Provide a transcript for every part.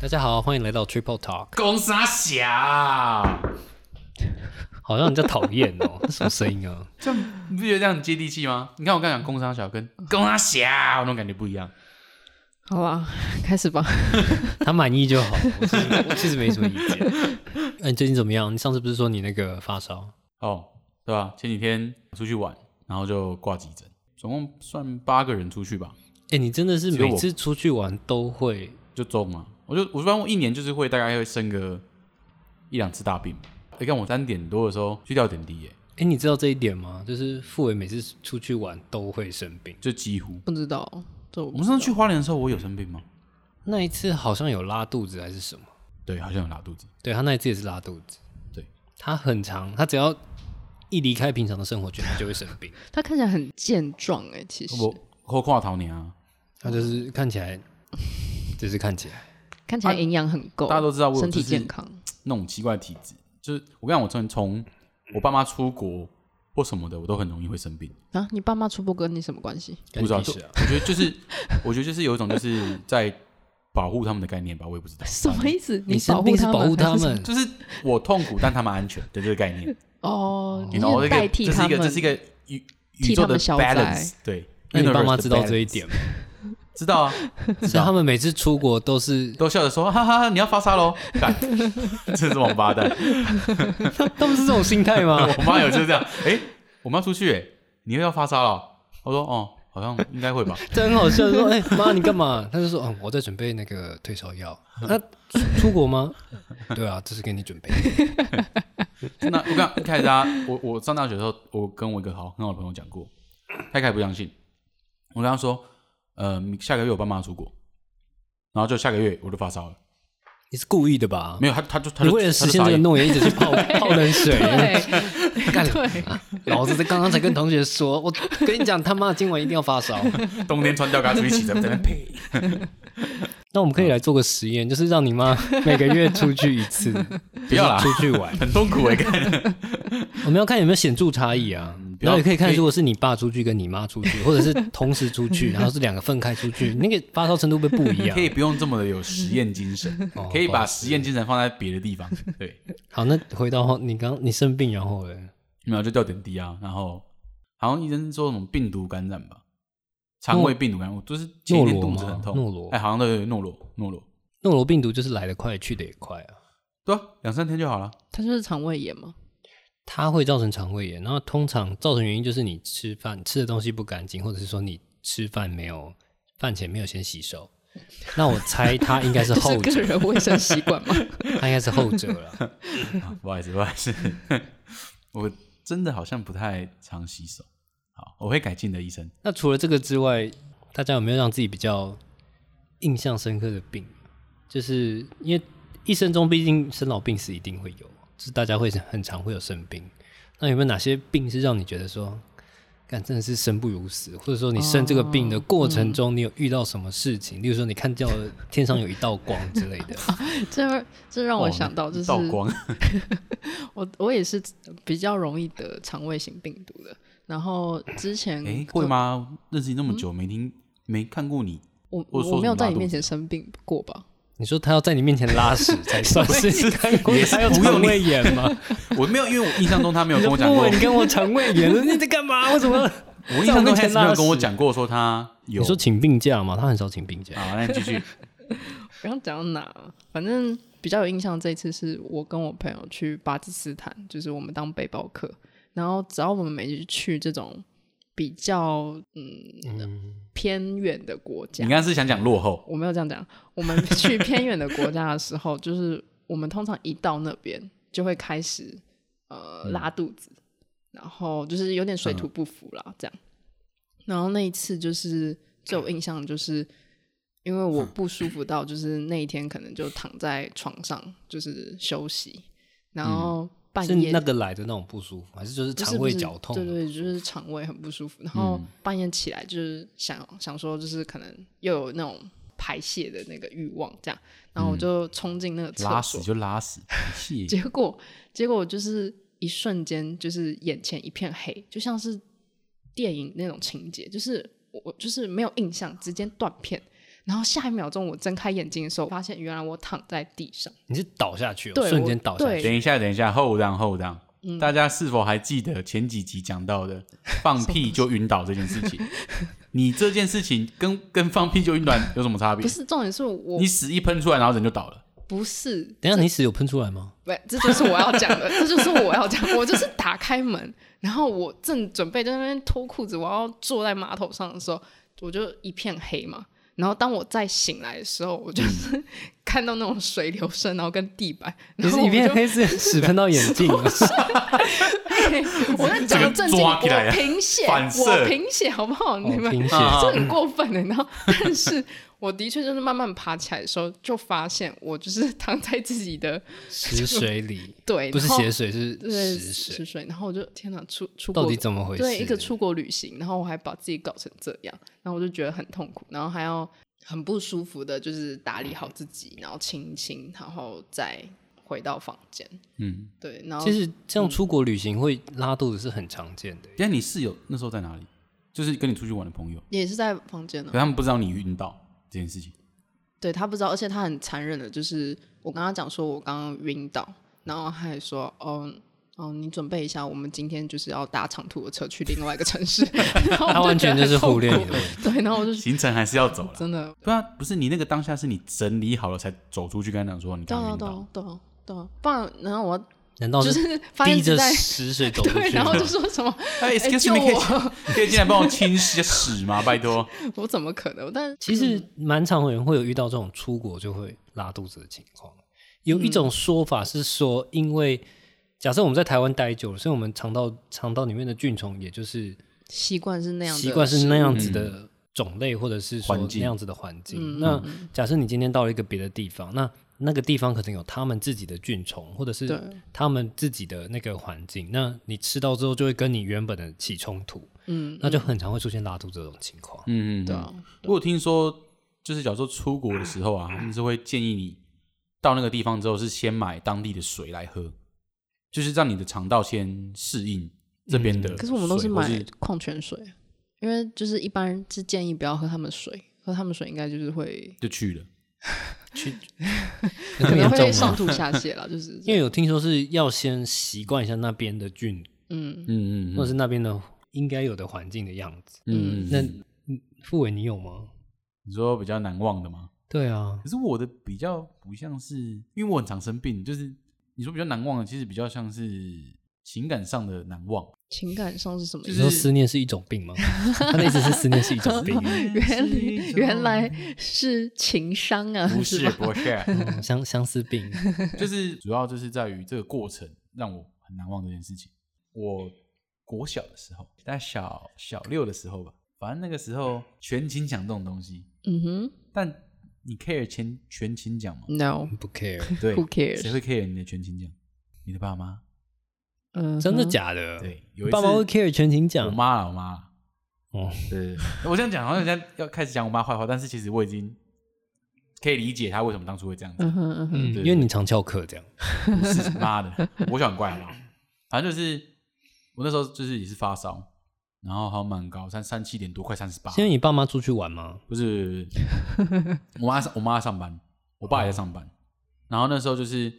大家好，欢迎来到 Triple Talk。公沙侠，好让人家讨厌 哦，这什么声音啊？这你不觉得这样很接地气吗？你看我刚讲工商小跟工商侠那种感觉不一样。好吧， 开始吧。他满意就好，我其实我其实没什么意见。 那、你最近怎么样？你上次不是说你那个发烧？哦，对吧、前几天出去玩，然后就挂急诊，总共算八个人出去吧，哎、你真的是只有我每次出去玩都会就中了。我就我一般我一年就是会大概会生个一两次大病。你看我三点多的时候去吊点滴耶，哎、你知道这一点吗？就是傅伟每次出去玩都会生病。就几乎。不知道，这我我不们上次去花莲的时候，我有生病吗？那一次好像有拉肚子还是什么？对，好像有拉肚子。对他那一次也是拉肚子。对，他很长，他只要一离开平常的生活圈，他就会生病。他看起来很健壮哎、其实我后跨桃年啊，他就是看起来，就是看起来，看起来营养很够、啊大家都知道我有身体就是健康。那种奇怪的体质，就是我跟你讲，我从从我爸妈出国或什么的，我都很容易会生病。啊，你爸妈出国跟你什么关系？跟不知道，你就屁事啊我觉得就是，我觉得就是有一种就是在保护他们的概念吧，我也不知道， 什么意思？你保生护病是他保护们他还是什么？们，就是我痛苦但他们安全的这个概念， 哦，你然后是这个代替这是他一个们，这是一个宇宇替宙他的们消灾 balance，对，那你爸妈 universe 的知道 balance 这一点吗？知道啊， 知所以他道。们每次出国都 是，都笑着说：“哈哈哈，你要发烧喽！”干， 真是王八蛋！他们是这种心态 吗？我妈有就是这样，哎、我们要出去、哎，你又要发烧了？我说：“哦，好像应该会吧。”这很好笑，说：“哎、妈，你干嘛？”他就说：“哦，我在准备那个退烧药。”嗯那出出国吗？对啊，这是给你准 备的。那我刚一开始啊，我我上大学的时候，我跟我一个好很好的朋友讲过，他一开始不相信，我跟他说，呃，下个月我爸妈出国，然后就下个月我就发烧了，你是故意的吧？没有，他他就他你就为了他就实现这傻个眼诺言，一直去 泡泡冷水。对干对，老子在刚刚才跟同学说，我跟你讲，他妈今晚一定要发 烧。冬天穿吊嘎出去 骑车，在那边呸，那我们可以来做个实验，就是让你妈每个月出去一次， 不要啦就是出去玩。很 痛苦哎、干我们要看有没有显著差异啊。不然要后也可以看，可以如果是你爸出去跟你妈出去，或者是同时出去，然后是两个分开出去，那个发烧程度会不一样 可。以不用这么的有实验精神哦，可以不好把实验精神放在别的地方，对，好，那回到后，你刚你生病，然后嘞，没有就吊点滴啊，然后好像医生说什么病毒感染吧，肠胃病毒感染，我就是前一天诺罗肚吗子很痛，诺罗哎，好像对对对诺罗诺罗，诺罗病毒就是来得快，去得也快啊。对啊，两三天就好了。 他就是肠胃炎嘛。它会造成肠胃炎，然后通常造成原因就是你吃饭吃的东西不干净，或者是说你吃饭没有饭前没有先洗手。那我猜它应该是 这后是者个，人卫生习惯 嘛？它应该是后者了。啊不好意思，不好意思， 我真的好像不太常洗手。好，我会改进的，医生。那除了这个之外，大家有没有让自己比较印象深刻的病？就是因为一生中毕竟生老病死一定会有，就是大家会很常会有生病。那有没有哪些病是让你觉得说，干真的是生不如死，或者说你生这个病哦的过嗯程中，你有遇到什么事情？例如说你看到了天上有一道光之类的， 这这让我哦想到，那就是道光，我我也是比较容易得肠胃型病毒的。然后之前哎，会吗？认识你那么久，没听没看过你，我或者说我没有什么在拉你肚面子前生病过吧？你说他要在你面前拉屎才算是看过也是他有不肠用胃炎吗？ 我没有，因为我印象中他没有你跟说我讲不过，嗯你跟我肠胃炎了，你在干嘛？为什么？我印象中他没有跟我讲。讲过说他有 你。说请病假吗？他很少请病啊假。好，那你继续。然后讲到哪？反正比较有印象，这一次是我跟我朋友去巴基斯坦，就是我们当背包客。然后只要我们每次去这种比较嗯偏远的国家你，刚刚是想讲落后，我没有这样讲。我们去偏远的国家的时候，就是我们通常一到那边就会开始嗯呃拉肚子，然后就是有点水土不服啦，这样。然后那一次就是最有印象，就是因为嗯我不舒服到，就是那一天可能就躺在床上就是休息，然后嗯半啊是夜那个来的那种不舒服，还是就是不是肠胃绞痛？啊嗯不是对对，就是肠胃很不舒服，然后半夜起来就是想、想说，就是可能又有那种排泄的那个欲望，这样，嗯然后我就冲进那个拉厕屎所，就拉屎，屁结果结果我就是一瞬间就是眼前一片黑，就像是电影那种情节，就是我我就是没有印象，直接断片。然后下一秒钟我睁开眼睛的时候，发现原来我躺在地上。你是倒下去、哦，对瞬我间倒下 对嗯去。等一下，等一下，hold on hold on，、大家是否还记得前几集讲到 的放屁就晕倒这件事情？ 你这件事情跟跟放屁就晕倒有什么差别不？是重点是我你屎一喷出来，然后人就倒了。不是等一下，你屎有喷出来吗？不，这就是我要讲的，这就是我要讲。我就是打开门，然后我正准备在那边脱裤子，我要坐在马桶上的时候，我就一片黑嘛。然后当我再醒来的时候，我就是 看到那种水流声，然后跟地板，你 然是后我一片就 黑是屎喷到眼啊镜，嘿我在讲正经，这个抓我起来啊贫血，反射我贫血好不好？你哦们贫血啊这很过分欸的。然后，但是我的确就是慢慢爬起来的时候，就发现我就是躺在自己的 屎水里，对，不是然后血水是对屎水，十岁，然后我就天哪，出出国到底怎么回事？对一个出国旅行，然后我还把自己搞成这样，然后我就觉得很痛苦，然后还要很不舒服的，就是打理好自己，然后清一清，然后再回到房间。嗯，对，然后嗯其实这样出国旅行会拉肚子是很常见的。嗯等一下你室友那时候在哪里？就是跟你出去玩的朋友，也是在房间呢、可他们不知道你晕倒这件事 情。对他不知道，而且他很残忍的，就是我跟他讲说我刚刚晕倒，然后他还说哦。哦，你准备一下，我们今天就是要搭长途的车去另外一个城市。 然后我他完全就就是觉得很忽略痛你的问题。苦对，然后我就行程还是要走 了。真的对啊，不是你那个当下是你整理好了才走出去跟他讲说你对刚刚啊，晕对倒啊，，对啊，对啊，不然然后我难道就是是 发现滴自己哦着在屎 水走出对，去然吗后？就说什么 哎哎，excuse 救 me，可以我，可以进来 帮我清一下屎吗？拜托。我怎么可能？但其实蛮常有人会有遇到这种出国就会拉肚子的情况。有一嗯种说法是说，因为假设我们在台湾待久了，所以我们肠道肠道里面的菌虫，也就是习惯是那样的习惯是那样子食物的种类，或者是说环那境样子的环境。嗯那假设你今天到了一个别的地方，那那个地方可能有他们自己的菌虫，或者对是他们自己的那个环境。那你吃到之后，就会跟你原本的起冲突，嗯，那就很常会出现拉肚子这种情况。嗯嗯，对啊，我有听说，就是假如说出国的时候啊，他们是会建议你到那个地方之后是先买当地的水来喝，就是让你的肠道先适应这边的水、可是我们都是或买矿泉水，因为就是一般人是建议不要喝他们水，喝他们水应该就是会就去了。有可这么能严重会吗上吐下泻 啦，就是因为有听说是要先习惯一下那边的菌，嗯，嗯嗯或者是那边的应该有的环境的样子。嗯，那嗯傅伟，你有吗？你说比较难忘的吗？对啊，可是我的比较不像是，因为我很常生病，就是你说比较难忘的，其实比较像是情感上的难忘。情感上是什么意你思？说思念是一种病 吗？他的意思是思念是一种病。 原来原来是情商啊，不是是吧？不是，嗯相相思病，就是主要就是在于这个过程让我很难忘这件事情。我国小的时候，大概小小六的时候吧，反正那个时候全勤奖这种东西，嗯哼但你 care 全全勤 奖吗？ ，No，不 care， 对 Who cares？谁会 care 你的全勤奖？你的爸妈？嗯，真的？假的？对，有一次呃爸妈会 care 全勤奖我，妈啊，我妈啊。哦，对，我这样讲好像人家要开始讲我妈坏话，但是其实我已经可以理解她为什么当初会这样子。嗯哼嗯哼，嗯，对因为你常翘课这样，不是妈的，我想很怪好不好？反正就是我那时候就是也是发烧，然后好像蛮高，三三七点多，快三十八。现在你爸妈出去玩吗？不是，不是不是我妈上我妈上班，我爸也在上班。哦然后那时候就是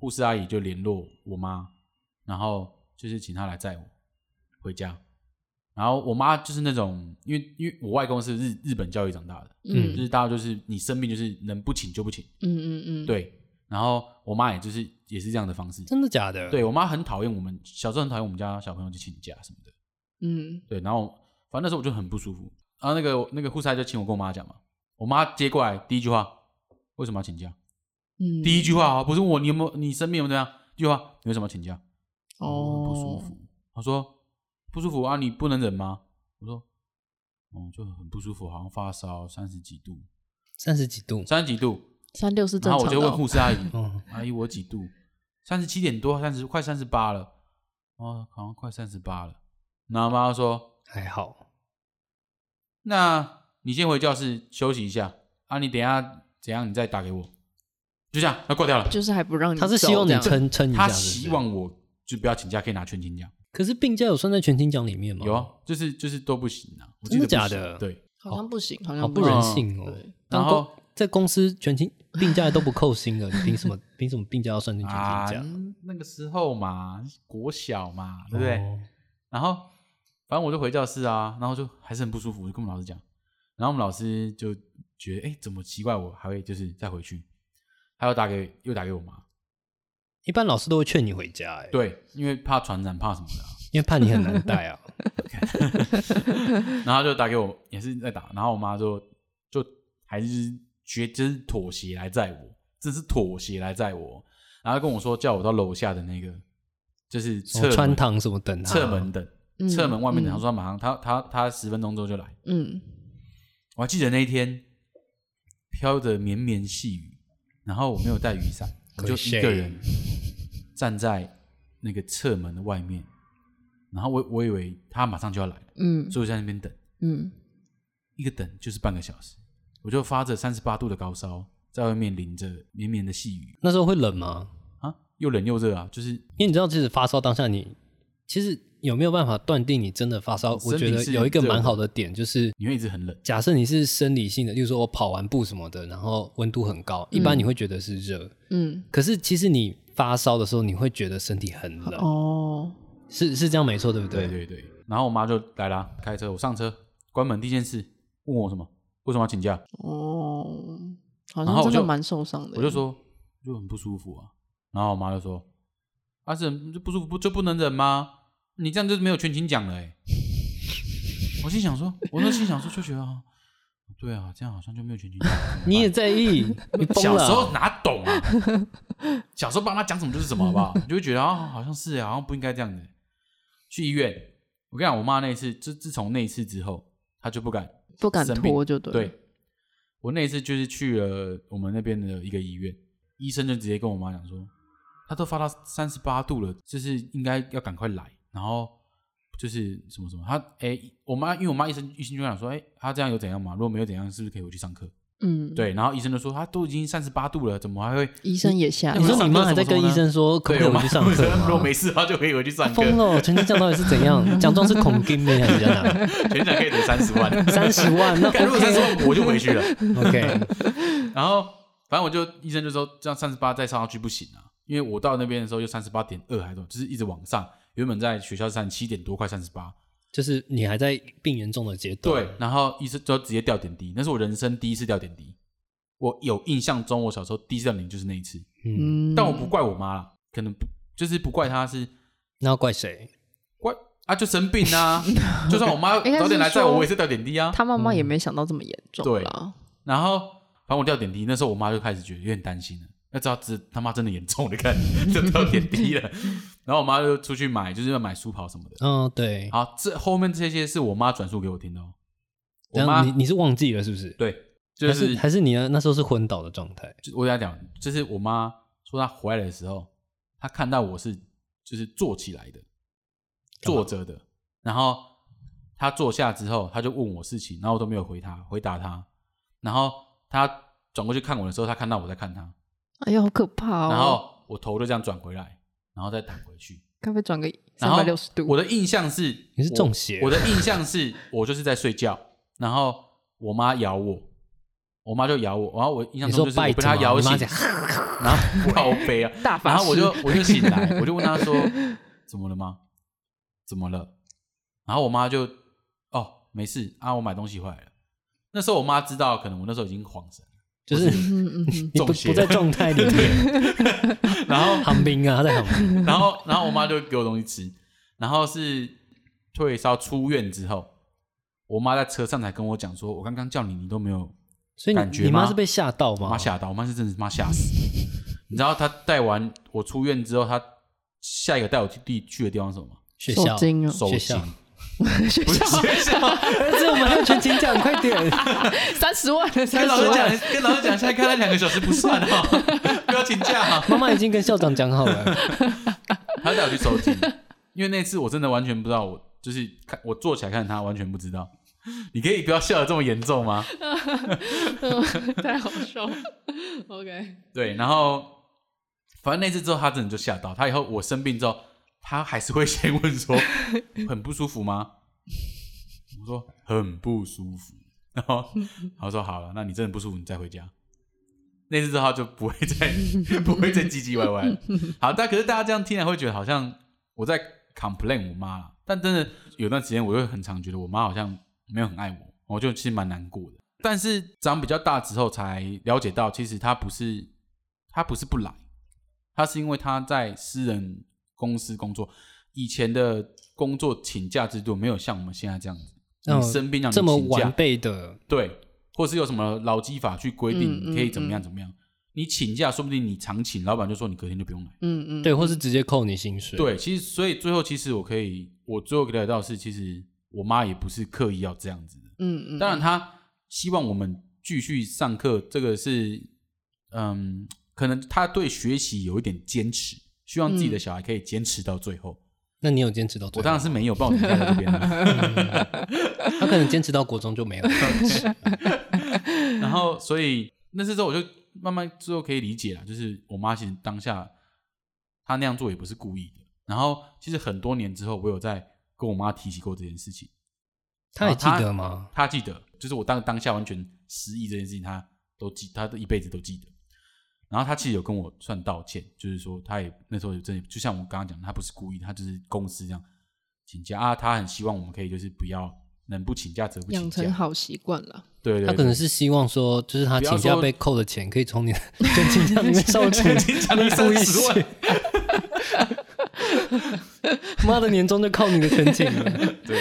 护士阿姨就联络我妈，然后就是请她来载我回家。然后我妈就是那种，因为因为我外公是日日本教育长大的，嗯就是大家就是你生病就是能不请就不请，嗯嗯嗯，对。然后我妈也就是也是这样的方式，真的假的？对，我妈很讨厌我们小时候很讨厌我们家小朋友去请假什么的。嗯，对，然后反正那时候我就很不舒服，然后那个那个护士阿姨就请我跟我妈讲嘛，我妈接过来第一句话，为什么要请假？嗯，第一句话啊，不是问我你有没有你生病有没有怎样？第一句话你为什么要请假？哦，我很不舒服。她说不舒服啊，你不能忍吗？我说哦，就很不舒服，好像发烧三十几度，三十几度，三十几度。三六是正然后常我的就哦、问护士阿姨，嗯，阿姨，我几度？三十七点多，三十快三十八了，哦，好像快三十八了。然后妈妈说还好，：“那你先回教室休息一下啊，你等一下怎样你再打给我。”就这样，他挂掉了。就是还不让你他是走希望你这样撑撑一下，他是不是希，望我就不要请假，可以拿全勤奖。可是病假有算在全勤奖里面吗？有啊，就是就是都不行啊，我记嗯真的得不行假的对，好像不行，好好像不行人性哦，对当然公后在公司全勤病假都不扣薪了，你凭什么凭什么病假要算进全啊勤假？，那个时候嘛，国小嘛，对不对？哦然后反正我就回教室啊，然后就还是很不舒服，我就跟我们老师讲，然后我们老师就觉得，哎，怎么奇怪，我还会就是再回去，他又打给又打给我妈，一般老师都会劝你回家、欸，，对，因为怕传染，怕什么的啊、因为怕你很难带啊。 然后他就打给我，也是在打，然后我妈就就还是觉真是妥协来载我，真是妥协来载我，然后跟我说叫我到楼下的那个就是侧哦、门穿堂什么等他侧门等，嗯侧门外面等，嗯他说他马上他他他十分钟之后就来。嗯，我还记得那一天飘着绵绵细雨，然后我没有带雨伞，我就可惜一个人站在那个侧门的外面，然后我我以为他马上就要来，嗯所以我在那边等，嗯，一个等就是半个小时，我就发着三十八度的高烧，在外面淋着绵绵的细雨那时候会冷吗？啊，又冷又热啊，就是因为你知道，即使发烧当下你，其实有没有办法断定你真的发烧？我身体觉得是有一个热的蛮好的点，就是你会一直很冷，假设你是生理性的，例如说我跑完步什么的，然后温度很高，一般你会觉得是热，嗯，可是其实你发烧的时候，你会觉得身体很啊冷，哦，是是这样没错，对不对对对，然后我妈就来啦，开车，我上车，关门第一件事问我什么，为什么要请假？哦，好然后我像真的就蛮受伤的。我就，说就很不舒服啊。然后我妈就说：“啊，忍就不舒服不就不能忍吗？你这样就是没有全勤奖了、欸。”我心想说，我那心想说就觉得啊，对啊，这样好像就没有全勤奖。 你也在 意，你疯小了啊、时候哪懂啊？ 小时候爸妈讲什么就是什么，好不好？你就会觉得啊，好像是啊，好像不应该这样子。去医院，我跟你讲，我妈那一次，自自从那一次之后，她就不敢不敢生病拖就对了对，我那一次就是去了我们那边的一个医院，医生就直接跟我妈讲说，他都发到三十八度了，就是应该要赶快来，然后就是什么什么，他哎、我妈因为我妈医生医生就跟她讲说，哎、他这样有怎样嘛？如果没有怎样，是不是可以回去上课？嗯，，对，然后医生就说他都已经三十八度了，怎么还会？医生也下来你了，说你妈还在跟医生说可不对可以我回妈去上课说 如果吗？没事的话就可以回去上课，疯了，全勤奖到底是怎 样？奖状是恐惊面还是怎样？全奖可以得三十万。 三十万，那干 如果三十 OK 万我就回去了。 OK，然后反正我就医生就说这样三十八再上下去不行啊，因为我到那边的时候就三十八点二还是多少就是一直往上。原本在学校三七点多，快三十八，就是你还在病严重的阶段，对，，然后医生就直接吊点滴，那是我人生第一次吊点滴。我有印象中，我小时候第一次吊点滴就是那一次，嗯，嗯，但我不怪我妈啦，可能不就是不怪她是那要怪谁？怪啊，就生病啊，就算我妈应该是早点来载我，说我也是吊点滴啊。他妈妈也没想到这么严重对啦。然后反正我吊点滴，那时候我妈就开始觉得有点担心了，要知道这他妈真的严重了，看就吊点滴了。然后我妈就出去买，就是要买书跑什么的。嗯，对，好，这后面这些是我妈转述给我听的哦。我然后你妈你是忘记了是不是？对，就还是还是你那那时候是昏倒的状态，就我跟她讲，就是我妈说她回来的时候，她看到我是就是坐起来的，干嘛坐着的，然后她坐下之后，她就问我事情，然后我都没有回她，回答她，然后她转过去看我的时候，她看到我在看她，哎呀，好可怕哦！然后我头就这样转回来，然后再打回去。该不会转个然三后百六十度？我的印象是你是我中邪啊我的印象是我就是在睡觉，然后我妈咬我，我妈就咬我，然后我印象你中说就是我拜啊被她咬你妈醒，讲然后 靠背啊，大法然后我师就我就醒来，我就问她说怎么了吗？怎么了？然后我妈就哦没事啊，我买东西回来了。那时候我妈知道，可能我那时候已经恍神了，就是嗯 嗯 嗯，你不中邪不在状态里面， 然后 寒冰啊，他在寒冰，然后然后我妈就给我东西吃，然后是退烧出院之后，我妈在车上才跟我讲说，我刚刚叫你，你都没有，所以感你觉你吗妈是被吓到我吗妈？吓到，我妈是真的是妈吓死。 你知道她带完我出院之后，她下一个带我去地去的地方是什么吗？学受校，惊哦，手学心校， 学不是校 学校，儿哎子，我们还有全勤奖，快点！三十万，跟三老十师万，讲，跟老师讲，现在开了两个小时不算 哦，不要请假、哦。妈妈已经跟校长讲好了，他带我去收金，因为那次我真的完全不知道我，就是看我坐起来看他，完全不知道。你可以不要笑的这么严重吗？ 太好笑了。OK，对，然后反正那次之后，他真的就吓到。他以后我生病之后，他还是会先 问说很不舒服吗？我说很不舒服，然后他说好了，那你真的不舒服，你再回家。那次之后他就不会再 不会再唧唧歪歪了。好，但可是大家这样听来会觉得好像我在 complain 我妈了，但真的有段时间我又很常觉得我妈好像没有很爱我，我就其实蛮难过的。但是长比较大之后才了解到，其实她不是她不是不来，她是因为她在私人公司工作，以前的工作请假制度没有像我们现在这样子，嗯你生 病让你这么请假完备的，对，或是有什么劳基法去规定嗯你可以怎么样怎么样。你请假，说不定你常请，老板就说你隔天就不用来。嗯嗯，对，或是直接扣你薪水，，对，其实所以最后其实我可以，我最后了解到的是，其实我妈也不是刻意要这样子的。嗯嗯，当然，她希望我们继续上课，这个是嗯，可能她对学习有一点坚持，希望自嗯己的小孩可以坚持到最后。那你有坚持到最后我当吗？然是没有，不然我停在这边了。 他可能坚持到国中就没有 了，然后所以那次之后我就慢慢之后可以理解了，就是我妈其实当下她那样做也不是故意的。然后其实很多年之后，我有在跟我妈提起过这件事情，他也记啊得吗？她记得，就是我当当下完全失忆这件事情，她都记，她都一辈子都记得。然后她其实有跟我算道歉，就是说她也那时候也真的，就像我刚刚讲，她不是故意，她就是公司这样请假啊，她很希望我们可以就是不要能不请假则不请养假成，好习惯了。对对对，他可能是希望说，就是他不要请假说被扣的钱可以从你的 捐金箱里面稍微除请假的除三以十万些。 妈的，年终就靠你的全勤 了。 对，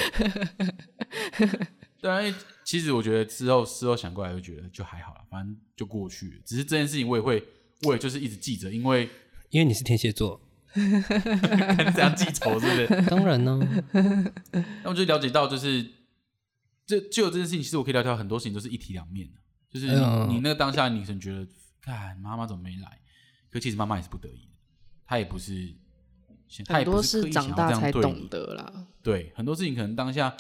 当然，其实我觉得之后事后想过来，就觉得就还好了，反正就过去了。只是这件事情我也会，我也就是一直记着，因 为因为你是天蝎座，看这样记仇，是不是？当然呢、那我就了解到，就是这就有这件事情，其实我可以聊到很多事情都是一体两面的。就是你,、嗯你那个当下，你可能觉得，看妈妈怎么没来，可其实妈妈也是不得已的，她也不是，她很也多不刻是意想长要大这样才对你懂得啦。对，很多事情可能当下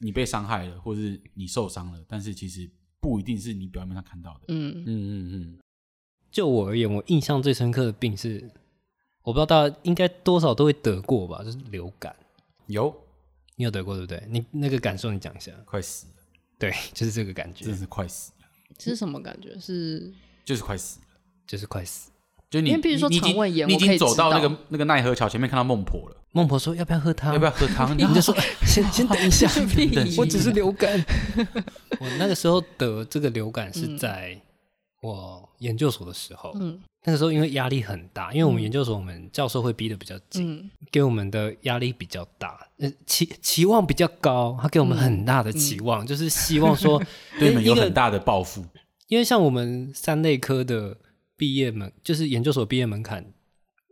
你被伤害了，或是你受伤了，但是其实不一定是你表面上看到的。嗯，嗯嗯嗯，就我而言，我印象最深刻的病是，我不知道大家应该多少都会得过吧，就是流感。有你有得过对不对？你那个感受你讲一下。快死了，对，就是这个感真觉的，是快死了，是什么感觉？是就是快死了。就是快死。就你，因为比如说你你已经肠胃炎你已我可经以走知到那道个那个奈何桥前面，看到孟婆了，孟婆说要不要喝汤？要不要？喝汤？啊 然你后 就说先先等一 下，等我 只是流感。我那个时候得这个流感是在我研究所的时候，嗯那个时候因为压力很大，因为我们研究所我们教授会逼得比较紧，嗯给我们的压力比较大，呃期期望比较高，他给我们嗯很大的期望，就是希望说对你诶们一有个很大的抱负。因为像我们三类科的毕业门，就是研究所毕业门槛，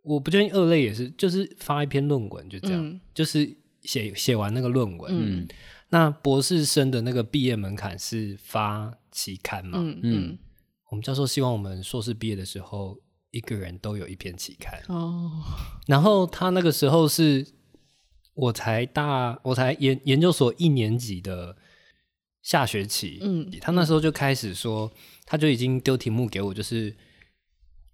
我不确定二类也是，就是发一篇论文就这样，嗯就是写写完那个论文。嗯那博士生的那个毕业门槛是发期刊嘛？嗯嗯嗯我们教授希望我们硕士毕业的时候，一个人都有一篇期刊。哦，然后他那个时候是我才大，我才研研究所一年级的下学期，嗯他那时候就开始说，他就已经丢题目给我，就是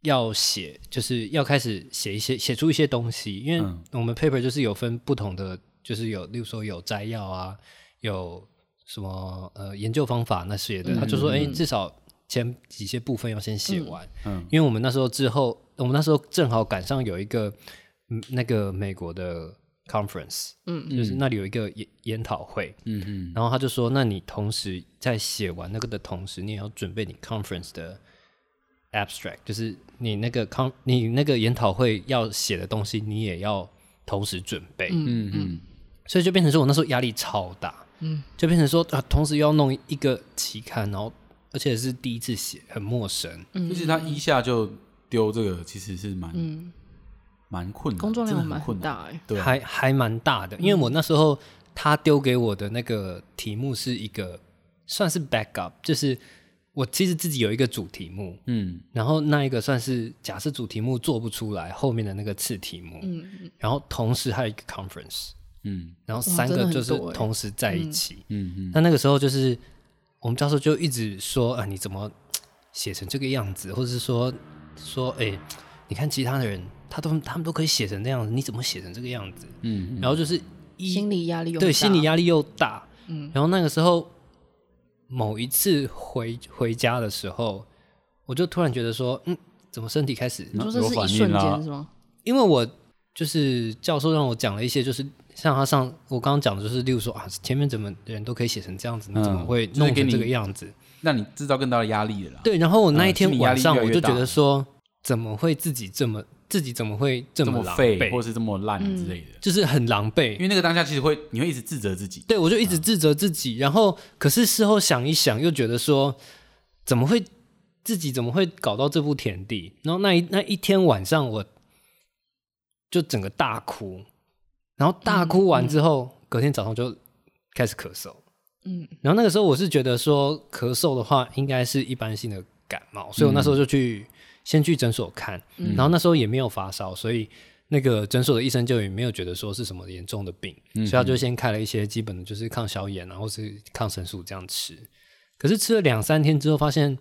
要写，就是要开始写一些写出一些东西，因为嗯我们 paper 就是有分不同的，就是有，例如说有摘要啊，有什么呃研究方法那些的，嗯他就说，哎、嗯至少前几些部分要先写完。嗯因为我们那时候之后，我们那时候正好赶上有一个嗯那个美国的 conference，嗯就是那里有一个研研讨会，嗯嗯，然后他就说，那你同时在写完那个的同时，你也要准备你 conference 的 abstract，就是你那个 con 你那个研讨会要写的东西，你也要同时准备，嗯嗯所以就变成说我那时候压力超大，嗯就变成说啊，同时要弄一个期刊，然后而且是第一次写，很陌生。嗯，就是他一下就丢这个，其实是蛮嗯，蛮困难，工作量真的蛮很困难。大哎，对啊，还还蛮大的，因为我那时候他丢给我的那个题目是一个算是 backup，就是我其实自己有一个主题目，嗯然后那一个算是假设主题目做不出来，后面的那个次题目，嗯然后同时还有一个 conference，嗯然后三哇真的个很就是多欸同时在一起。嗯嗯，那那个时候就是我们教授就一直说啊，你怎么写成这个样子，或者是说说哎、你看其他的人，他都他们都可以写成那样子，你怎么写成这个样子？嗯，然后就是一心理压力又对很大心理压力又大，嗯然后那个时候某一次回回家的时候，我就突然觉得说，嗯，怎么身体开始？你说这有是反一应瞬啦间是吗？因为我就是教授让我讲了一些，就是像他上我刚刚讲的，就是例如说啊，前面怎么人都可以写成这样子，你怎么嗯会就是弄给成你这个样子？让你制造更大的压力了啦。对，然后我那嗯一心天理压晚力上越来我越就觉大得说，怎么会自己这么自己怎么会这这么狼废或狈，是这么烂嗯之类的，就是很狼狈因。为那个当下其实会你会一直自责自己，对，我就一直自责自己，然后可是事后想一想，又觉得说，怎么会自己怎么会搞到这步田地？然后那一那一天晚上，我就整个大哭，然后大哭完之后，隔天早上就开始咳嗽。嗯，然后那个时候我是觉得说，咳嗽的话应该是一般性的感冒，所以我那时嗯候就去、先去诊所看，然后那时候也没有发烧，所以那个诊所的医生就也没有觉得说是什么严重的病，嗯所以他就先开了一些基本的就是抗消炎啊，然后是抗生素这样吃。可是吃了两三天之后，发现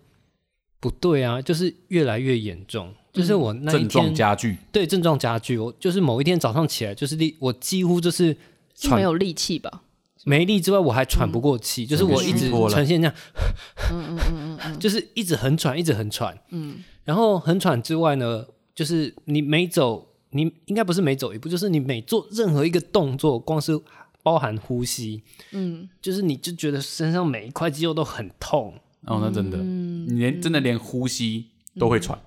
不对啊，就是越来越严重，就是我那一嗯症状天加剧，对症状加剧，我就是某一天早上起来，就是立我几乎就是是喘没有力气吧？没力之外，我还喘不过气，就是我一直嗯呈现这样，嗯就是一直很喘，一直很喘，嗯，然后很喘之外呢，就是你每走，你应该不是每走一步，就是你每做任何一个动作，光是包含呼吸，嗯，就是你就觉得身上每一块肌肉都很痛，哦，那真的，嗯你连真的连呼吸都会喘，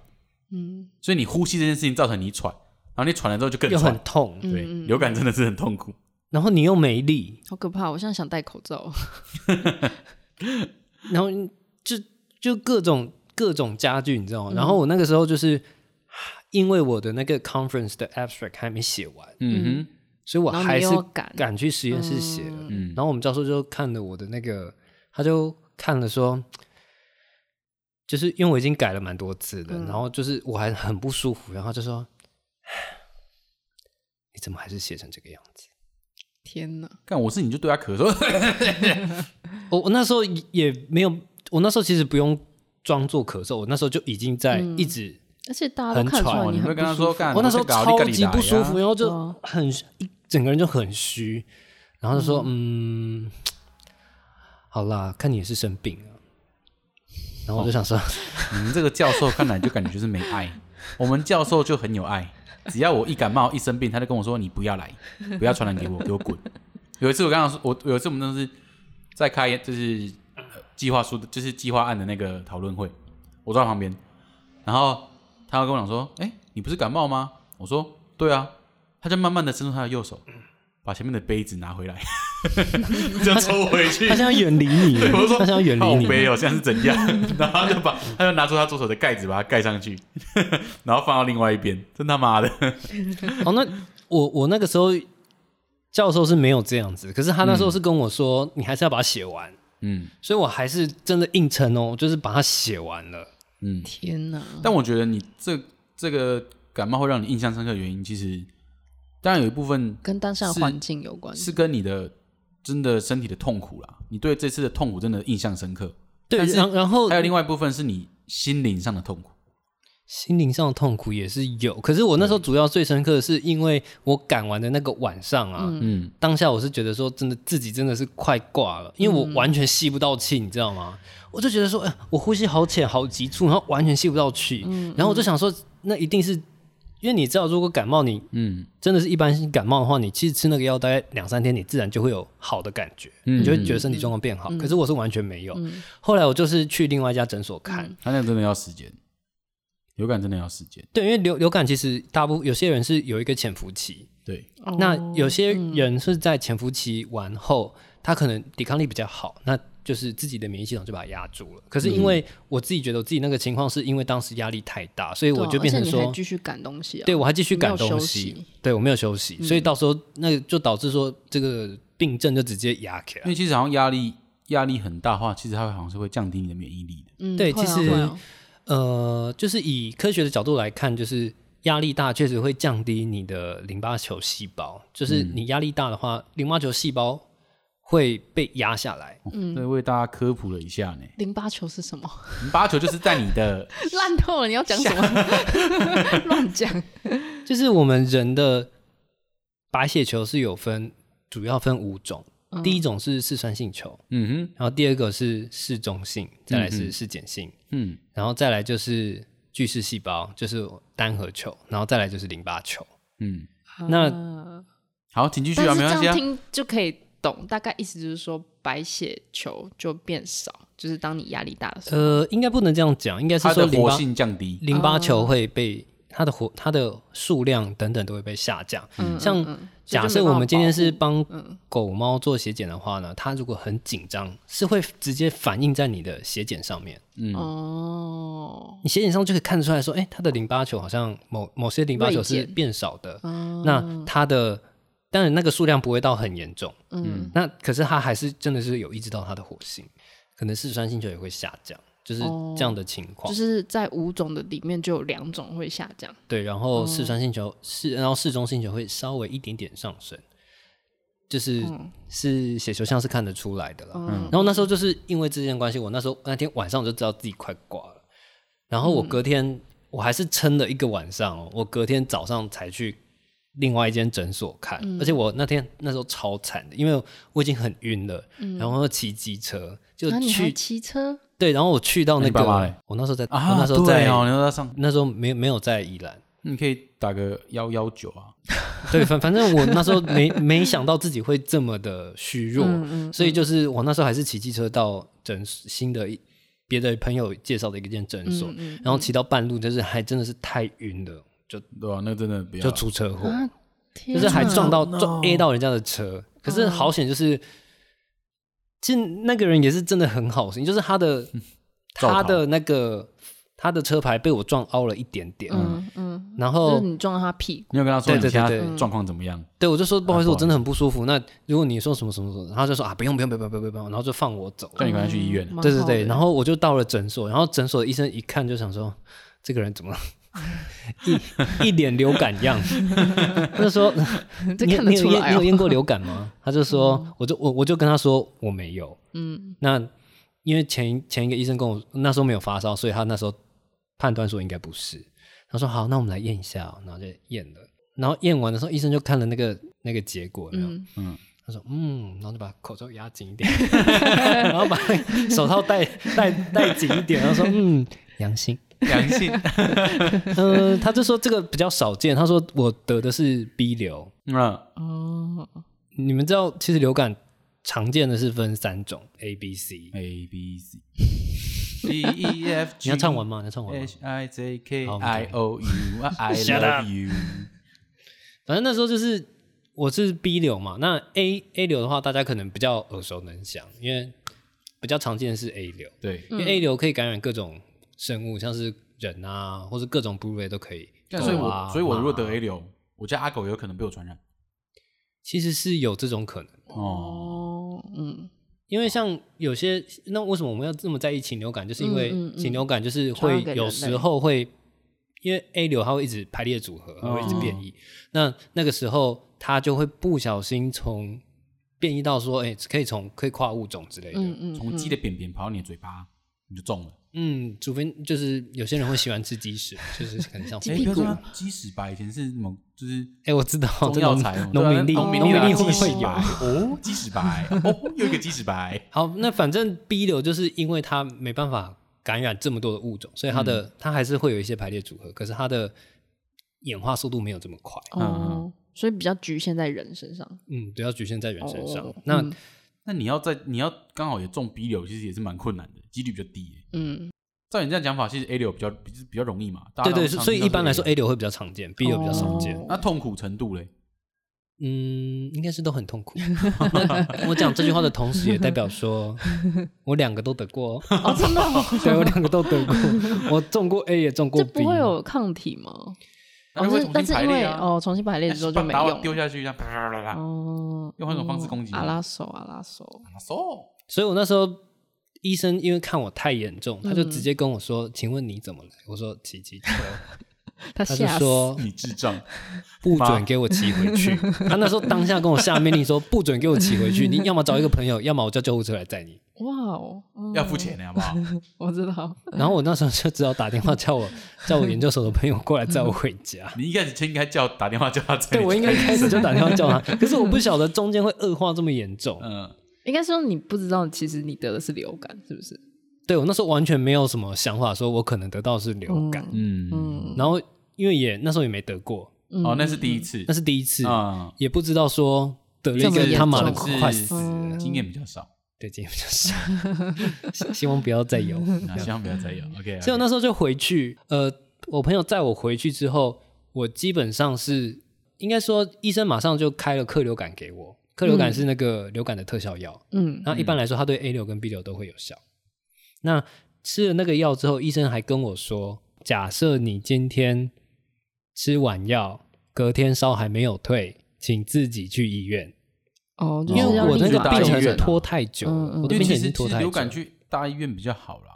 嗯，所以你呼吸这件事情造成你喘，然后你喘了之后就更又很嗯喘，痛，嗯对，流感真的是很痛苦。然后你又没力，好可怕！我现在想戴口罩。 然后就就各种各种加剧，你知嗯道吗？然后我那个时候就是因为我的那个 conference 的 abstract 还没写完。嗯所以我然后还你是又赶赶去实验室写了。嗯然后我们教授就看了我的那个，他就看了说，就是因为我已经改了蛮多次的，然后就是我还很不舒服，然后他就说，你怎么还是写成这个样子？天哪哼，！看我是你就对他 咳嗽，我我那时候也没有，我那时候其实不用装作咳嗽，我那时候就已经在一直。而且大家都看得出很来喘你很会不跟他舒说服。干，我那时候在搞啊你超跟你级打不舒呀服，然后就嗯很一整个人就很虚，然后就说嗯，好啦，看你也是生病了。然后我就想说，你们这个教授看来就感觉就是没 爱，我们教授就很有爱，只要我一感冒一生病，他就跟我说你不要来，不要传染给我，给我 滚。有一次我刚刚说，我有一次我们真的是在开就是呃计划书的，就是计划案的那个讨论会，我坐在旁边，然后他跟我讲说，哎、你不是感冒吗？我说对啊，他就慢慢的伸出他的右手，把前面的杯子拿回 来，这样抽回去 他。现在远离你，我就说他现在远离好悲你，哦，现在是怎样？ 然后他就把他就拿出他左手的盖子把它盖上去， 然后放到另外一边，真他妈的！哦，那我我那个时候教授是没有这样子，可是他那时候是跟我说，你还是要把它写完，嗯所以我还是真的硬撑哦，就是把它写完了。嗯，天哪！但我觉得你这这个感冒会让你印象深刻的原因，其实当然有一部分跟当下的是环境有关。是跟你的真的身体的痛苦啦，你对这次的痛苦真的印象深刻，对，但是然然后还有另外一部分是你心灵上的痛苦。心灵上的痛苦也是有，可是我嗯那时候主要最深刻的是，因为我赶完的那个晚上啊，嗯，当下我是觉得说，真的自己真的是快挂了，因为我完全吸不到气，你知道吗？我就觉得说，哎、我呼吸好浅好急促，然后完全吸不到气，然后我就想说，那一定是因为你知道，如果感冒你，嗯真的是一般性感冒的话，你其实吃那个药大概两三天，你自然就会有好的感觉，嗯你就会觉得身体状况变好。可是我是完全没有。嗯后来我就是去另外一家诊所看，他那个真的要时间，流感真的要时间。对，因为流流感其实大部有些人是有一个潜伏期，对，哦那有些人是在潜伏期完后，他可能抵抗力比较好，那就是自己的免疫系统就把它压住了。可是因嗯为我自己觉得我自己那个情况是因为当时压力太大，所以对啊我就变成而且你还说，继续赶东西啊。对我还继续你没赶有东休西息，嗯对我没有休息，所以到时候那个就导致说这个病症就直接压起因来。为其实好像压力压力很大的话，其实它会好像是会降低你的免疫力的。嗯，对会啊其实会啊呃，就是以科学的角度来看，就是压力大确实会降低你的淋巴球细胞，就是嗯你压力大的话，淋巴球细胞会被压下来。嗯，对，为大家科普了一下呢。淋巴球是什么？淋巴球就是在你的 烂透了！你要讲什么？ 乱讲。就是我们人的白血球是有分，主要分五种，第一种是嗜酸性球，嗯哼，然后第二个是嗜中性，再来嗯是嗯嗜碱性，嗯然后再来就是巨噬细胞，就是单核球，然后再来就是淋巴球。嗯，那啊好，请继续但啊，是没关这系样啊，听就可以懂，大概意思就是说白血球就变少，就是当你压力大的时候，呃，应该不能这样讲，应该是它说的淋活巴性降低，淋哦巴球会被它的活它的数量等等都会被下降。嗯，像嗯嗯所假以就没设办法我们今天保是护帮嗯狗猫做血检的话呢，它如果很紧张，是会直接反映在你的血检上面。嗯哦，你血检上就可以看出来说，哎、它的淋巴球好像某某些淋巴球是锐减变少的，嗯那它的当然那个数量不会到很严重，嗯，那可是它还是真的是有抑制到它的活性，可能嗜酸性球也会下降，就是哦这样的情况。就是在五种的里面就有两种会下降，对，然后哦嗜酸性球是，然后嗜中性球会稍微一点点上升，就是、嗯是血球像是看得出来的啦。哦然后那时候就是因为之间关系，我那时候那天晚上我就知道自己快挂了，然后我隔嗯天、我还是撑了一个晚上哦，我隔天早上才去另外一间诊所看，嗯而且我那天那时候超惨的，因为我已经很晕了，然后又骑机车就嗯啊然后你还去骑车，对，然后我去到那那你个爸妈嘞我那时候在、啊我，那时候在、对哦，你说他上，那时候没没有在宜兰。你可以打个幺幺九啊， 对，反反正我那时候没没想到自己会这么的虚弱，嗯所以就是我那时候还是骑机车到诊新的一别的朋友介绍的一间诊所，嗯然后骑到半路就是还真的是太晕了，就对吧？那个真的不要就啊，出车祸，啊，就就是还撞到 No 撞 A 到人家的车，可嗯是好险就是，其实那个人也是真的很好心，就是他的嗯照他逃的那个他的车牌被我撞凹了一点点，嗯嗯，然就是后你撞到他屁股，你有跟他说对你对现对在对状况怎么样？对，我就说不好意思，啊我真的很不舒服。那如果你说什么什么什么，他就说啊，不用不用不用不用不用不用，然后就放我走。叫你赶快去医院嗯，蛮对对好对，的然后我就到了诊所，然后诊所的医生一看就想说，这个人怎 么一一脸流感样？ 他就说，嗯 这你看得你有出验来你有哦，验过流感 吗？他就说，我就我我就跟他说我没有。嗯，那因为前一前一个医生跟我那时候没有发烧，所以他那时候判断说应该不是。他说好，那我们来验一下哦、然后就验了。然后验完的时候，医生就看了那个那个结果，有没有？嗯他说嗯，然后就把口罩压紧一点， 然后把手套戴戴戴紧一点，然后说嗯，阳性。良性，嗯，他就说这个比较少见。他说我得的是 B 流， 嗯，哦，你们知道，其实流感常见的是分三种 A、B、C。 A B C D E F 你 G，要唱完吗？你要唱完吗 H？I J K 好 I O U I Shut love up you。反正那时候就是我是 B 流嘛，那 A A 流的话，大家可能比较耳熟能详，因为比较常见的是 A 流，对，因为 A 流可以感染各种生物，像是人啊，或是各种哺乳类都可以。但所以狗我啊所以我如果马得啊 A 流，我家阿狗有可能被我传染。其实是有这种可能，哦，哦，嗯，因为像有些那为什么我们要这么在意禽流感，就是因为嗯嗯嗯禽流感就是传会染给人类有时候会。因为 A 流它会一直排列组合，它会一哦直变异。那那个时候它就会不小心从变异到说，哎、可以从可以跨物种之类的。嗯嗯，从鸡的便便跑到你的嘴巴，你就中了。嗯，除非就是有些人会喜欢吃鸡屎，就是可能像鸡哎、哎，屁不要说股它鸡屎吧，以前是某就是我知道中哦这药农材嘛，农对啊民力农民农力民啊力鸡会屎有白。哦，鸡屎白哦，又一个鸡屎白。好，那反正 B 流就是因为它没办法感染这么多的物种，所以它的、嗯它还是会有一些排列组合，可是它的演化速度没有这么快。哦，所以比较局限在人身上，嗯，不要局限在嗯人身上。哦那、嗯那你要在你要刚好也中 B 流，其实也是蛮困难的，几率比较低耶。嗯，照你这样讲法，其实 A 流比较比比较容易嘛。大家对对，都常所以听到一般来这说个 A 流会比较常见，B 流比较少见。哦那痛苦程度嘞？嗯，应该是都很痛苦。那我讲这句话的同时，也代表 说我两个都得过哦。哦，真的哦，对我两个都得过，我中过 A 也中过这 B，不会有抗体吗？那哦，就会是重但新是排因为列啊哦，重新排列之后就没把用我丢下去，这样啪啪啪啪啪，哦，用换种方式攻击阿拉手，阿拉手，啊嗖所以我那时候医生因为看我太严重，他就嗯直接跟我说：“请问你怎么了？”我说：“骑机车。他”他就吓死，说你智障，：“嗯不准给我骑回去。”他那时候当下跟我下命令说：“不准给我骑回去，你要么找一个朋友，要么我叫救护车来载你。哇哦，嗯要付钱，的好不好？我知道，然后我那时候就只好打电话叫我叫我研究所的朋友过来载我回家。你一开始就应该叫打电话叫他载对，你我应该一开始就打电话叫他，可是我不晓得中间会恶化这么严重。嗯，应该说你不知道，其实你得的是流感，是不是？对我那时候完全没有什么想法，说我可能得到是流感。嗯，然后因为也那时候也没得过，嗯哦，嗯那是第一次那，是第一次，啊，也不知道说得了一这么个他妈的严重快死了嗯。经验比较少，对，今天比较少， 希望不要再有。啊，希望不要再有。OK，啊所以我那时候就回去，呃，我朋友载我回去之后，我基本上是应该说医生马上就开了克流感给我，克流感是那个流感的特效药，嗯那、一般来说它对 A 流跟 B 流都会有效。那吃了那个药之后，医生还跟我说，假设你今天吃完药，隔天烧还没有退，请自己去医院，哦，就因为是要我那立个马大病医就程院是啊拖太久了，嗯嗯我的因为病其程已实经拖其实太久流感了。去大医院比较好啦，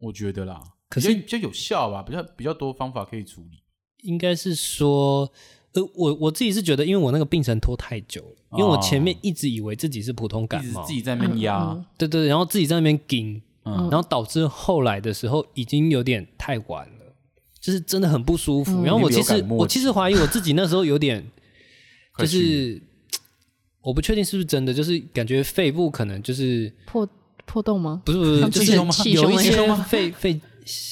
我觉得啦，可是比较比较有效吧，比较比较多方法可以处理。应该是说，呃，我我自己是觉得，因为我那个病程拖太久了，因为我前面一直以为自己是普通感哦一直冒，自己在那边压，对对对，然后自己在那边顶，嗯然后导致后来的时候已经有点太晚了，就是真的很不舒嗯服。然后我其你流实感末期我其实怀疑我自己那时候有 点，快就去是我不确定是不是真的，就是感觉肺部可能就是破破洞吗？不是不是他们就气是胸吗气有胸一吗些气胸吗肺肺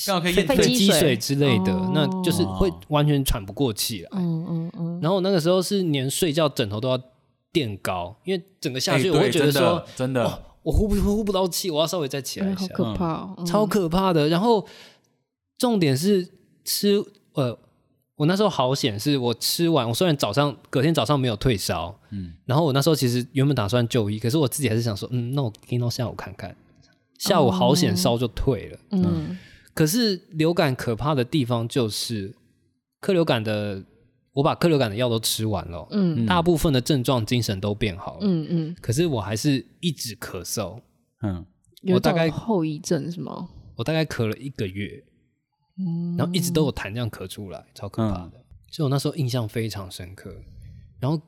刚好可以肺验肺肺积积水水之类的，哦那就是会完全喘不过气来。嗯嗯嗯，然后我那个时候是连睡觉枕头都要垫高，因为整个下哎去对我会觉得真说的，真的哦，我呼不呼不到气，我要稍微再起来哎一好下，可怕哦，嗯超可怕的。然后重点是吃，呃，我那时候好险，是我吃完，我虽然早上隔天早上没有退烧，嗯，然后我那时候其实原本打算就医，可是我自己还是想说，嗯，那我盯到下午看看，下哦午好险烧就退了。嗯可是流感可怕的地方就是，克流感的，我把克流感的药都吃完了，嗯大部分的症状精神都变好了，嗯嗯，可是我还是一直咳嗽，嗯，有一大概种后遗症是吗？我大概咳了一个月，嗯然后一直都有痰这样咳出来，超可怕的，所以我那时候印象非常深刻。然后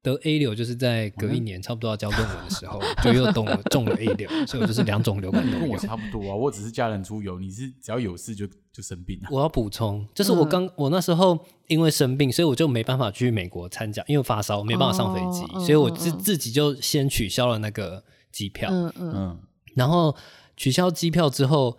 得 A 流就是在隔一嗯年差不多要交论文的时候，就又中了中了 A 流，所以我就是两种流感都跟有 我。差不多啊，我只是家人出游，你是只要有事就就生病啊。我要补充，就是嗯我刚、我那时候因为生病，所以我就没办法去美国参加，因为发烧没办法上飞机，哦嗯所以我自、嗯嗯自己就先取消了那个机票。嗯嗯嗯，然后取消机票之后，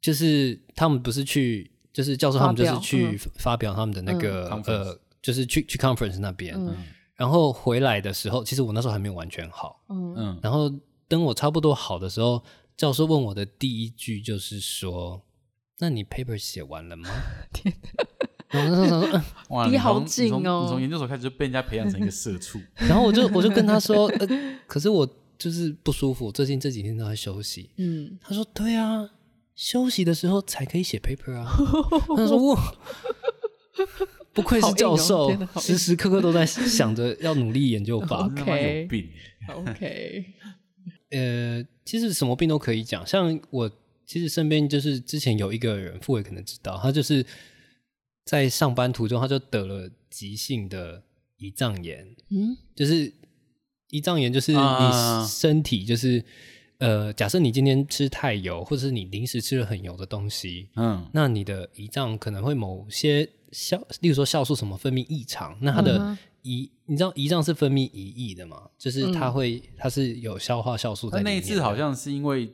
就是他们不是去，就是教授他们就发是表嗯去发表他们的那个、嗯呃，就是去去 conference 那边。嗯然后回来的时候，其实我那时候还没有完全好。嗯嗯，然后等我差不多好的时候，教授问我的第一句就是说：“那你 paper 写完了吗？”然后我那时候想说，嗯哇，离你好从近你从哦你从研究所开始就被人家培养成一个社 畜，然后我就我就跟他说、呃，可是我就是不舒服，最近这几天都在休息。 嗯，他说：“对啊，休息的时候才可以写 paper 啊。”他说：“哇，不愧是教好授，硬哦天哪好硬时时刻刻都在想着要努力研究法真嗯。他妈 OK 有病。欸 OK，呃，其实什么病都可以讲，像我其实身边就是之前有一个人，傅伟可能知道，他就是在上班途中他就得了急性的胰脏炎，嗯就是胰脏炎，就是啊你身体就是、呃，假设你今天吃太油，或者是你临时吃了很油的东西，嗯那你的胰脏可能会某些酵，例如说酵素什么分泌异常，那它的嗯哼胰，你知道胰脏是分泌胰液的嘛？就是嗯它会，它是有消化酵素在他里面。那一次好，像是因为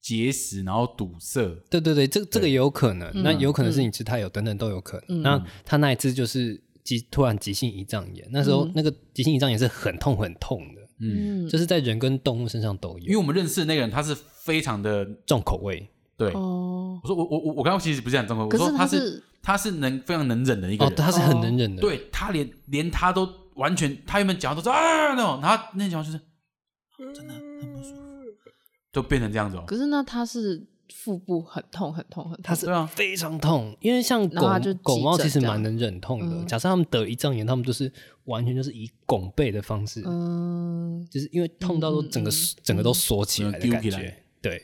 节食，然后堵塞，对对对，这这个也有可能，嗯那有可能是你吃太油，等等都有可能。那他那一次就是急突然急性胰脏炎，那时候嗯那个急性胰脏炎是很痛很痛的，嗯，嗯，就是在人跟动物身上都因为有我们认识的那个人，他是非常的重口味。对。哦，我说我我我我刚刚其实不是很中国，我可说是他他是是他是能非常能忍的一个哦，人，他是很能忍的，，对他连连他都完全，他原本讲话都是啊那种，然后他那讲话就是、啊真的很不舒服，就变成这样子哦。可是那他是腹部很痛很痛很痛，它是对啊非常痛，因为像然狗后它就急狗猫诊其实这样蛮能忍痛的。嗯假设它们得胰脏炎，它们就是完全就是以拱背的方式，嗯就是因为痛到都整个、嗯嗯整个都缩起来的嗯感丢起觉来。对，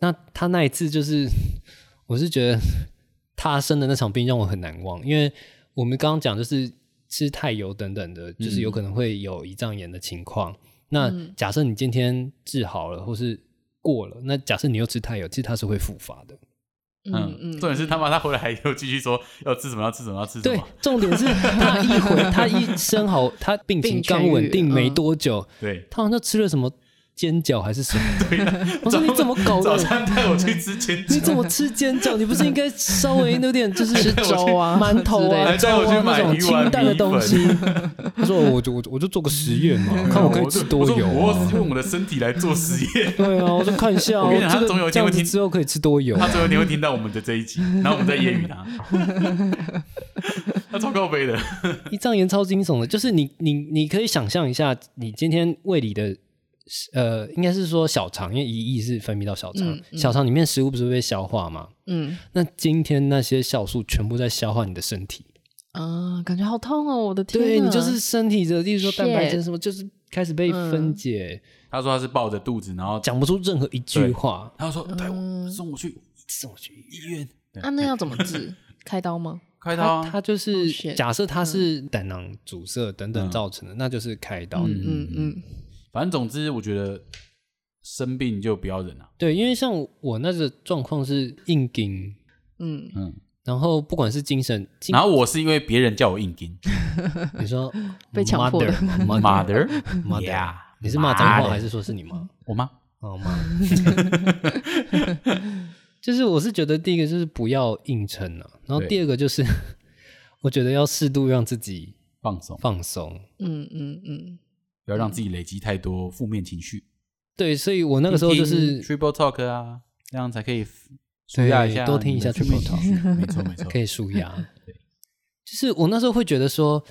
那他那一次就是， 我是觉得他生的那场病让我很难忘，因为我们刚刚讲就是吃太油等等的，嗯就是有可能会有胰脏炎的情况。那假设你今天治好了，或是过了，那假设你又吃太油，其实它是会复发的。嗯嗯，重点是他妈他回来还又继续说要吃什么要吃什么要吃什对么，，重点是他一回他一生好，他病情病刚痊愈稳定没嗯多久，对。他好像吃了什么煎饺还是 什么。我说你怎么搞啊早的？餐带我去吃煎你 饺，怎么吃煎饺？你不是应该稍微有点 就是吃粥啊馒头啊、之粥啊那类的还带我种去买鱼丸清淡的东西？他说哦我就我就我就做个实验嘛， 看我可以就吃多油、我说我啊是。用我的身体来做实 验。对啊，我就看一下、啊，我跟你讲这他个总有一这天会样子听之后可以吃多油、他啊。最后一定会听到我们的这一集，然后我们再揶揄他， 他超高飞的。一丈岩超惊悚的，就是你你你可以想象一下，你今天胃里的呃，应该是说小肠，因为胰液是分泌到小肠，嗯小肠里面食物不是会被消化吗？嗯那今天那些酵素全部在消化你的身体，啊，感觉好痛哦！我的天哪，对你就是身体的，例如说蛋白质 Shit 什么，就是开始被分解，他说他是抱着肚子，然后讲不出任何一嗯句话。他说带我送我去送我去医院，啊，那要怎么治？开刀吗？开刀它啊。它就是、 shit 假设它是胆囊阻塞等等造成的，那就是开刀。嗯嗯反正总之，我觉得生病就不要忍啊。对，因为像我那个状况是硬顶，嗯，嗯，然后不管是精神，精然后我是因为别人叫我硬筋你说 被强迫的 mother mother ，mother mother， Yeah，你是骂脏话 mother 还是说是你妈？我吗？哦妈， 就是我是觉得第一个就是不要硬撑了、啊然后对第二个就是 我觉得要适度让自己放松，放松。嗯嗯嗯，不要让自己累积太多负面情绪。对，所以我那个时候就听是听 Triple Talk 啊，这样才可以舒对压一下，多听一下 Triple Talk。没错没错 可，以舒压。就是我那时候会觉得说，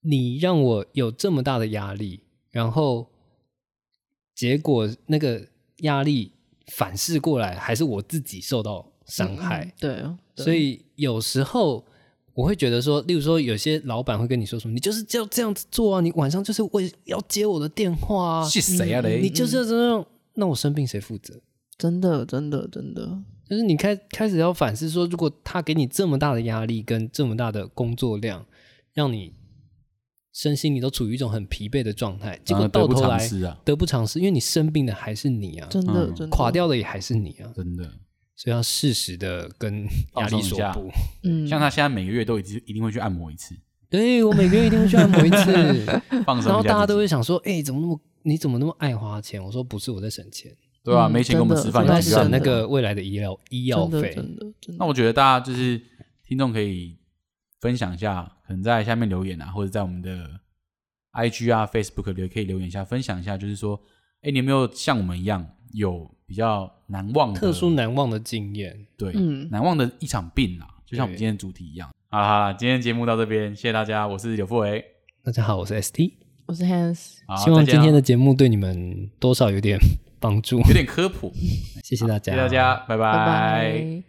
你让我有这么大的压力，然后结果那个压力反噬过来，还是我自己受到伤害。嗯对哦，对所以有时候我会觉得说，例如说有些老板会跟你说什么，你就是要这样子做啊，你晚上就是为要接我的电话啊，是谁啊你嘞？就是要这样，那我生病谁负责？真的真的真的，就是你开开始要反思说，如果他给你这么大的压力跟这么大的工作量，让你身心你都处于一种很疲惫的状态，结当果然得到不头偿来失啊，得不偿失，因为你生病的还是你啊，真的嗯真的垮掉的也还是你啊，真的。所以要适时的跟放压力松一说下不。嗯，像他现在每个月都一定一定会去按摩一次，对我每个月一定会去按摩一次， 放松一下。然后大家都会想说，哎、怎么那么你怎么那么爱花钱？我说不是我在省钱， 对吧？嗯没钱给我们吃饭，啊我真在要的去按省摩那个未来的医疗医药真的费。真的真那的，我觉得大家就是听众可以分享一下，可能在下面留言啊，或者在我们的 IG 啊、Facebook 留可以留言一下，分享一下，就是说，哎，你有没有像我们一样有比较难忘的特殊难忘的经验，对、嗯难忘的一场病啊？就像我们今天的主题一样。好啦好啦，今天节目到这边，谢谢大家，我是刘富伟。大家好，我是 ST，我是 Hans，好，希望再见今啊天的节目对你们多少有点帮助，有点科普，谢谢大谢家， 谢大家，拜拜拜。